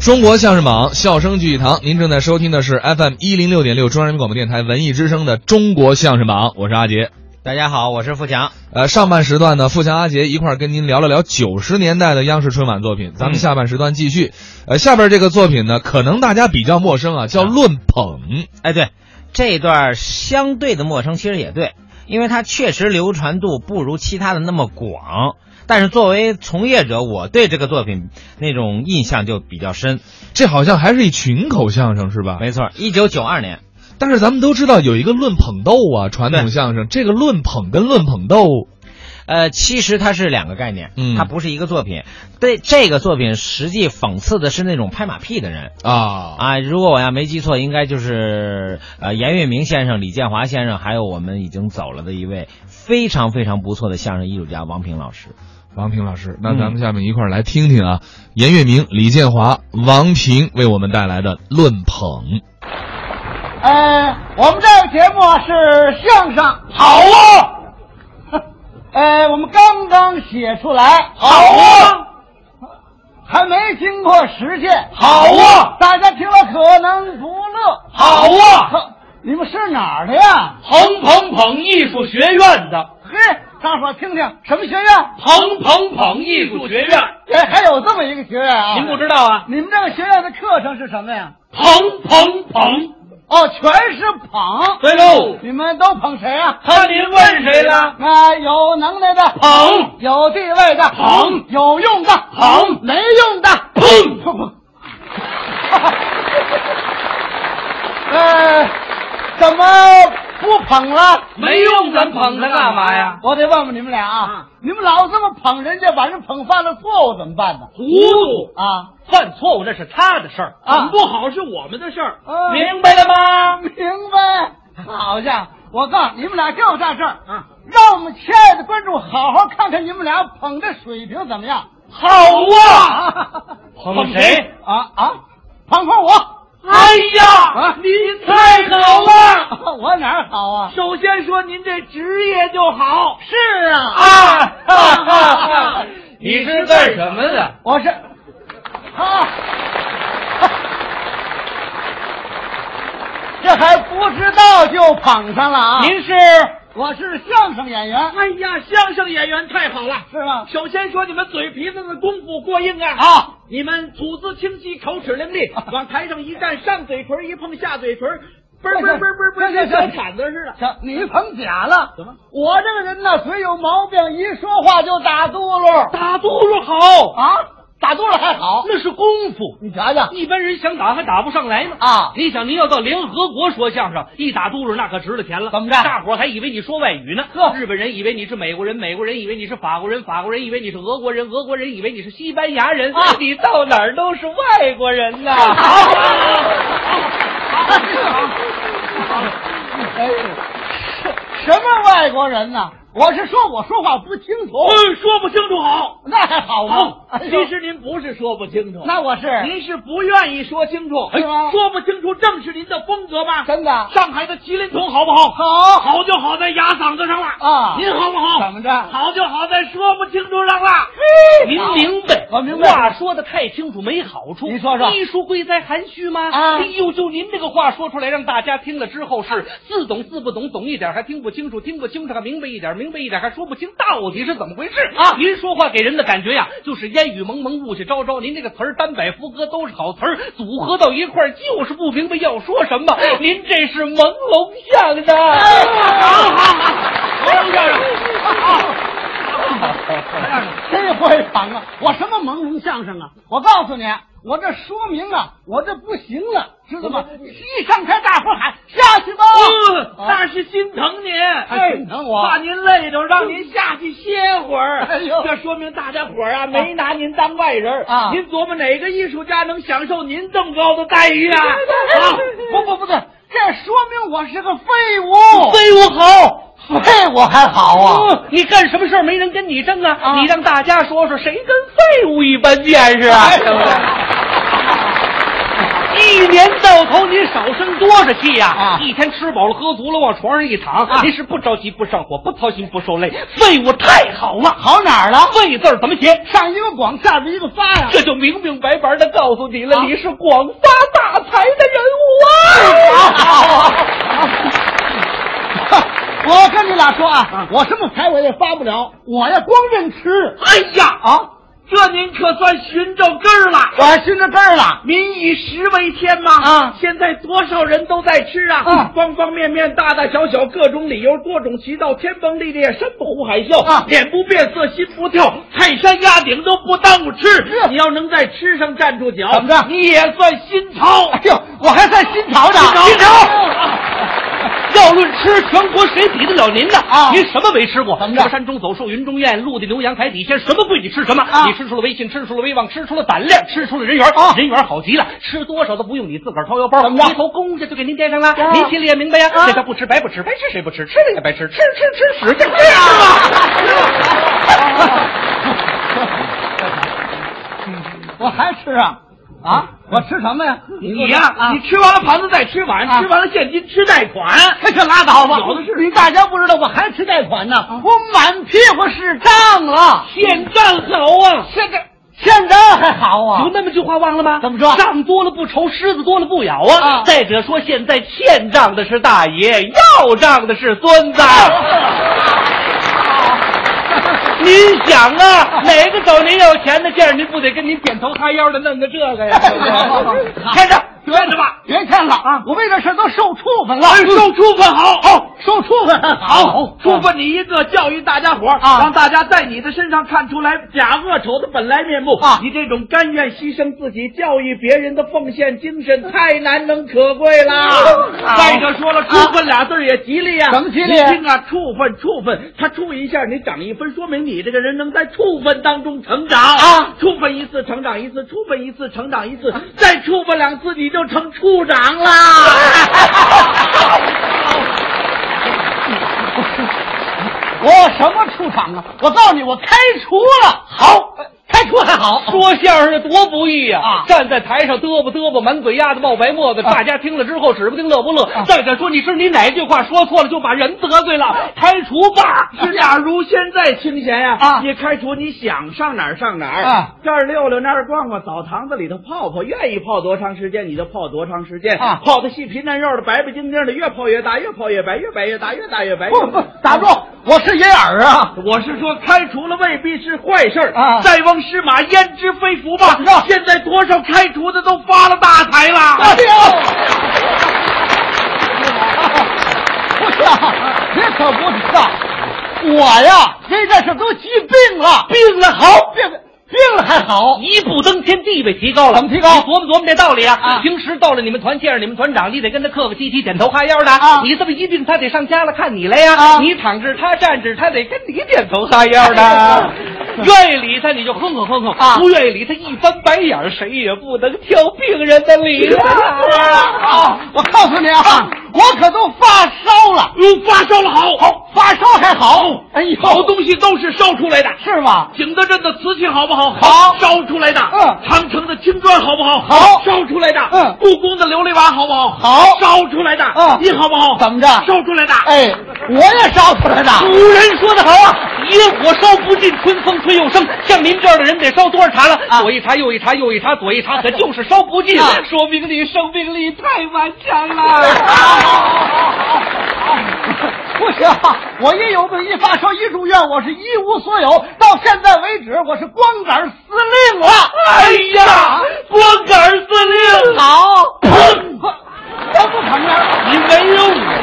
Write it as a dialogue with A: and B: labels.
A: 中国相声榜，笑声聚一堂。您正在收听的是 FM 一零六点六中央人民广播电台文艺之声的《中国相声榜》，我是阿杰。
B: 大家好，我是富强。
A: 呃，上半时段呢，富强阿杰一块儿跟您聊了聊九十年代的央视春晚作品。咱们下半时段继续。呃，下边这个作品呢，可能大家比较陌生啊，叫《论捧》。
B: 哎，对，这段相对的陌生其实也对，因为它确实流传度不如其他的那么广。但是作为从业者，我对这个作品那种印象就比较深。
A: 这好像还是一群口相声是吧？
B: 没错，一九九二年，
A: 但是咱们都知道有一个论捧逗啊，传统相声这个论捧跟论捧逗，
B: 呃，其实它是两个概念，
A: 嗯
B: 它不是一个作品。对这个作品，实际讽刺的是那种拍马屁的人。
A: 啊
B: 啊，如果我要没记错，应该就是呃严月明先生、李建华先生，还有我们已经走了的一位非常非常不错的相声艺术家王平老师。
A: 王平老师，那咱们下面一块儿来听听啊，严月明、李建华、王平为我们带来的《论捧》。
C: 呃，我们这个节目啊是相声，好啊。呃，我们刚刚写出来，好啊，还没经过实践，好啊。大家听了可能不乐，好啊。你们是哪儿的呀？
D: 彭彭彭艺术学院的
C: 嘿，大伙儿听听，什么学院？
D: 彭彭彭艺术学院，
C: 哎，还有这么一个学院啊？
D: 您不知道啊？
C: 你们这个学院的课程是什么呀？
D: 彭彭彭，
C: 哦，全是捧，
D: 对喽，
C: 你们都捧谁啊？
D: 看您问谁了？
C: 啊，有能耐的
D: 捧
C: 有地位的
D: 捧
C: 有用的
D: 捧
C: 没用的
D: 砰
C: 捧。呃，怎么不捧了？
D: 没用，咱捧他干嘛呀？
C: 我得问问你们俩啊，你们老这么捧人家，把人捧犯了错误怎么办呢？
D: 糊涂，
C: 啊，
D: 犯错误那是他的事儿，
C: 啊
D: 很不好是我们的事儿，
C: 嗯
D: 明白了吗？
C: 明白。
D: 啊
C: 好家伙，我告诉你们俩就在这儿啊，让我们亲爱的观众好好看看你们俩捧的水平怎么样。
D: 好啊，
C: 捧
D: 捧谁？
C: 啊啊，捧捧我。
D: 哎呀
C: 啊，
D: 您太好了！
C: 我哪儿好啊？
D: 首先说您这职业就好
C: 是啊，
D: 啊，哈哈哈！你是干什么的？
C: 我是啊， 这还不知道就捧上了啊！
D: 您是？
C: 我是相声演员，
D: 哎呀，相声演员太好了！
C: 是吗？
D: 首先说你们嘴皮子的功夫过硬啊！
C: 啊，
D: 你们吐字清晰，口齿伶俐，往台上一站，上嘴唇一碰，下嘴唇，嘣嘣嘣嘣嘣，跟小铲子似的。
C: 行，你捧假了。
D: 怎么？
C: 我这个人呢，嘴有毛病，一说话就打嘟噜
D: 打嘟噜好，
C: 啊，打嘟噜还好。
D: 那是功夫。
C: 你瞧瞧，
D: 一般人想打还打不上来呢
C: 啊
D: 你想，您要到联合国说相声，一打嘟噜那可值了钱了。
C: 怎么着
D: 大伙儿还以为你说外语呢。
C: 呵
D: 日本人以为你是美国人，美国人以为你是法国人，法国人以为你是俄国人，俄国人以为你是西班牙人。
C: 啊
D: 你到哪儿都是外国人呐。
C: 哎，什什么外国人呢？我是说我说话不清楚，
D: 嗯，说不清楚好。
C: 那还好吗
D: 好？，
C: 哎呦
D: 哦其实您不是说不清楚，
C: 那我是
D: 您是不愿意说清楚，
C: 是吗
D: 说不清楚正是您的啊风格吧？
C: 真的
D: 上海的麒麟童好不好？
C: 好
D: 好就好在哑嗓子上了
C: 啊
D: 您好不好？
C: 怎么着
D: 好就好在说不清楚上了。您
C: 好
D: 明白，
C: 我明白
D: 话说的太清楚没好处。
C: 您说说
D: 艺术贵在含蓄吗？
C: 啊
D: 哎呦，就您这个话说出来，让大家听了之后是似懂似不懂，懂一点还听不清楚，听不清楚还明白一点，明白一点还说不清到底是怎么回事
C: 啊
D: 您说话给人的感觉呀，就是烟雨蒙蒙，雾气昭昭。您这个词儿单摆副歌都是好词儿，组合到一块儿就是不明白要说什
C: 啊
D: 么。您这是朦胧相声。好好好，朦胧相声。
C: 这会捧啊！我什么朦胧相声啊？我告诉你，我这说明啊，我这不行了，知道吗？一上台，大伙喊下去吧。
D: 嗯，那是心疼您，
C: 哎心疼我
D: 怕您累着，让您下去歇会儿。
C: 哎呦
D: 这说明大家伙儿啊，没拿您当外人儿
C: 啊
D: 您琢磨哪个艺术家能享受您这么高的待遇啊？
C: 啊
D: 啊，
C: 不不不对，这说明我是个废物。
D: 飞我好。
C: 废物还好啊！
D: 嗯，你干什么事儿没人跟你争啊？
C: 啊
D: 你让大家说说，谁跟废物一般见识啊？
C: 哎
D: 对不对一年到头您少生多少气呀、
C: 啊
D: 一天吃饱了喝足了，往床上一躺，
C: 啊
D: 您是不着急不上火，不操心不受累，废物太好了。
C: 好哪儿了？
D: 废字儿怎么写？
C: 上一个广，下边一个发呀、
D: 这就明明白白的告诉你了，
C: 啊
D: 你是广发大财的人物啊！
C: 好，我跟你俩说啊，我什么财我也发不了，我呀光认吃，
D: 哎呀啊，这您可算寻着根儿了。
C: 我还熏着这儿了。
D: 民以食为天嘛，
C: 啊
D: 现在多少人都在吃啊，
C: 啊
D: 方方面面、大大小小、各种理由、多种渠道，天崩地裂、山不呼海啸，
C: 啊
D: 脸不变色、心不跳，泰山压顶都不耽误吃。
C: 是
D: 你要能在吃上站住脚，
C: 怎么着
D: 你也算新潮。
C: 哎呦，我还算新潮呢，
D: 新潮。 要论吃，全国谁比得了您呢？
C: 啊
D: 您什么没吃过？
C: 怎么着
D: 高山中走树，云中雁，陆地牛羊台底鲜，什么贵你吃什么。
C: 啊
D: 你吃出了威信，吃出了威望，吃出了胆量，吃出了人缘。
C: 啊
D: 人缘好极了，吃多少都不用你自个儿掏腰包，
C: 怎么着
D: 回头公家就给您垫上了
C: 呀。
D: 您心里也明白呀，
C: 啊
D: 这叫不吃白不吃，白吃谁不吃？吃了也白吃，吃吃吃使劲吃啊！
C: 我还吃啊啊！ 我吃什么呀？
D: 你呀，你吃完了盘子再吃碗，
C: 啊
D: 吃完了现金吃贷款。
C: 这可拉倒吧！
D: 有的是
C: 你大家不知道，我还吃贷款呢，我满屁股是账了。
D: 啊现干好啊！
C: 现在现在还好啊
D: 有那么句话忘了吗？
C: 怎么说
D: 账多了不愁，虱子多了不咬啊！
C: 啊
D: 再者说，现在欠账的是大爷，要账的是孙子。
C: 啊
D: 您想啊，哪个找您要钱的劲儿，您不得跟您点头哈腰的弄个这个 呀？欠着，欠着吧。
C: 别欠了啊！我为这事儿都受处分了，哦
D: 哎，受处分好，好，
C: 受处分
D: 好，
C: 处
D: 处
C: 分
D: 分你一个，教育大家伙儿
C: 啊
D: 让大家在你的身上看出来假恶丑的本来面目
C: 啊
D: 你这种甘愿牺牲自己、教育别人的奉献精神，太难能可贵
C: 啊
D: 啦
C: 好！
D: 再者说了，处分俩字儿也吉利呀，
C: 怎么啊吉利
D: 你听啊，处分，处分，他处一下，你长一分，说明你这个人能在处分当中成长
C: 啊！
D: 处分一次，成长一次；处分一次，成长一次；再处分两次，你就成处长啦！
C: 啊啊我什么出场啊？我告诉你，我开除了。好，开除还好。
D: 说相声的多不易呀、
C: 啊
D: 站在台上嘚啵嘚啵，满嘴丫子冒白沫子，大家听了之后指不定乐不乐。
C: 啊
D: 再者说，你是你哪句话说错了，就把人得罪了，开除吧。假如现在清闲呀、
C: 啊
D: 你开除，你想上哪儿上哪儿
C: 啊，
D: 这儿溜溜那儿逛逛，澡堂子里头泡泡，愿意泡多长时间你就泡多长时间
C: 啊
D: 泡的细皮嫩肉的，白白净净的，越泡越大，越泡越白，越白越大，越大越白。
C: 不不，打住！
D: 哎
C: 我是银耳啊！
D: 我是说，开除了未必是坏事儿
C: 啊
D: 塞翁失马，焉知非福吧
C: 让
D: 现在多少开除的都发了大财
C: 哎
D: 了。
C: 呦，不是啊，你可不知道，我呀，因这事都急病了，
D: 病了好，
C: 病病了还好。
D: 一步登天，地位提高了。
C: 怎么提高
D: 你琢磨琢磨这道理啊！
C: 啊
D: 平时到了你们团建，你们团长，你得跟他客客气气、点头哈腰的。
C: 啊
D: 你这么一定，他得上家了看你来呀、
C: 啊
D: 你躺着，他站着，他得跟你点头哈腰 的。愿意理他你就哼哼哼哼，
C: 啊
D: 不愿意理他一翻白眼儿，谁也不能挑病人的理了。
C: 啊！我告诉你啊，我可都发烧了。
D: 哟，嗯发烧了好，好
C: 发烧还好，哎呦，
D: 好东西都是烧出来的。
C: 是吗？
D: 景德镇的瓷器好不好？
C: 好
D: 烧出来的。
C: 嗯
D: 长城的青砖好不好？
C: 好
D: 烧出来的。
C: 嗯
D: 故宫的琉璃瓦好不好？
C: 好
D: 烧出来的。
C: 嗯
D: 你好不好？
C: 怎么着
D: 烧出来的。
C: 哎，我也烧出来的。
D: 古人说的好啊，野火烧不尽，春风吹又生。像您这样的人得烧多少茶了？
C: 啊
D: 左一茶，右一茶，右一茶，左一茶，可就是烧不尽，
C: 啊
D: 说明你生命力太顽强了。
C: 不行，我一有病一发烧一住院，我是一无所有。到现在为止，我是光杆司令了。
D: 哎呀，光杆司令
C: 啊
D: 啊
C: 嗯好，砰，这不可能。
D: 你没有我，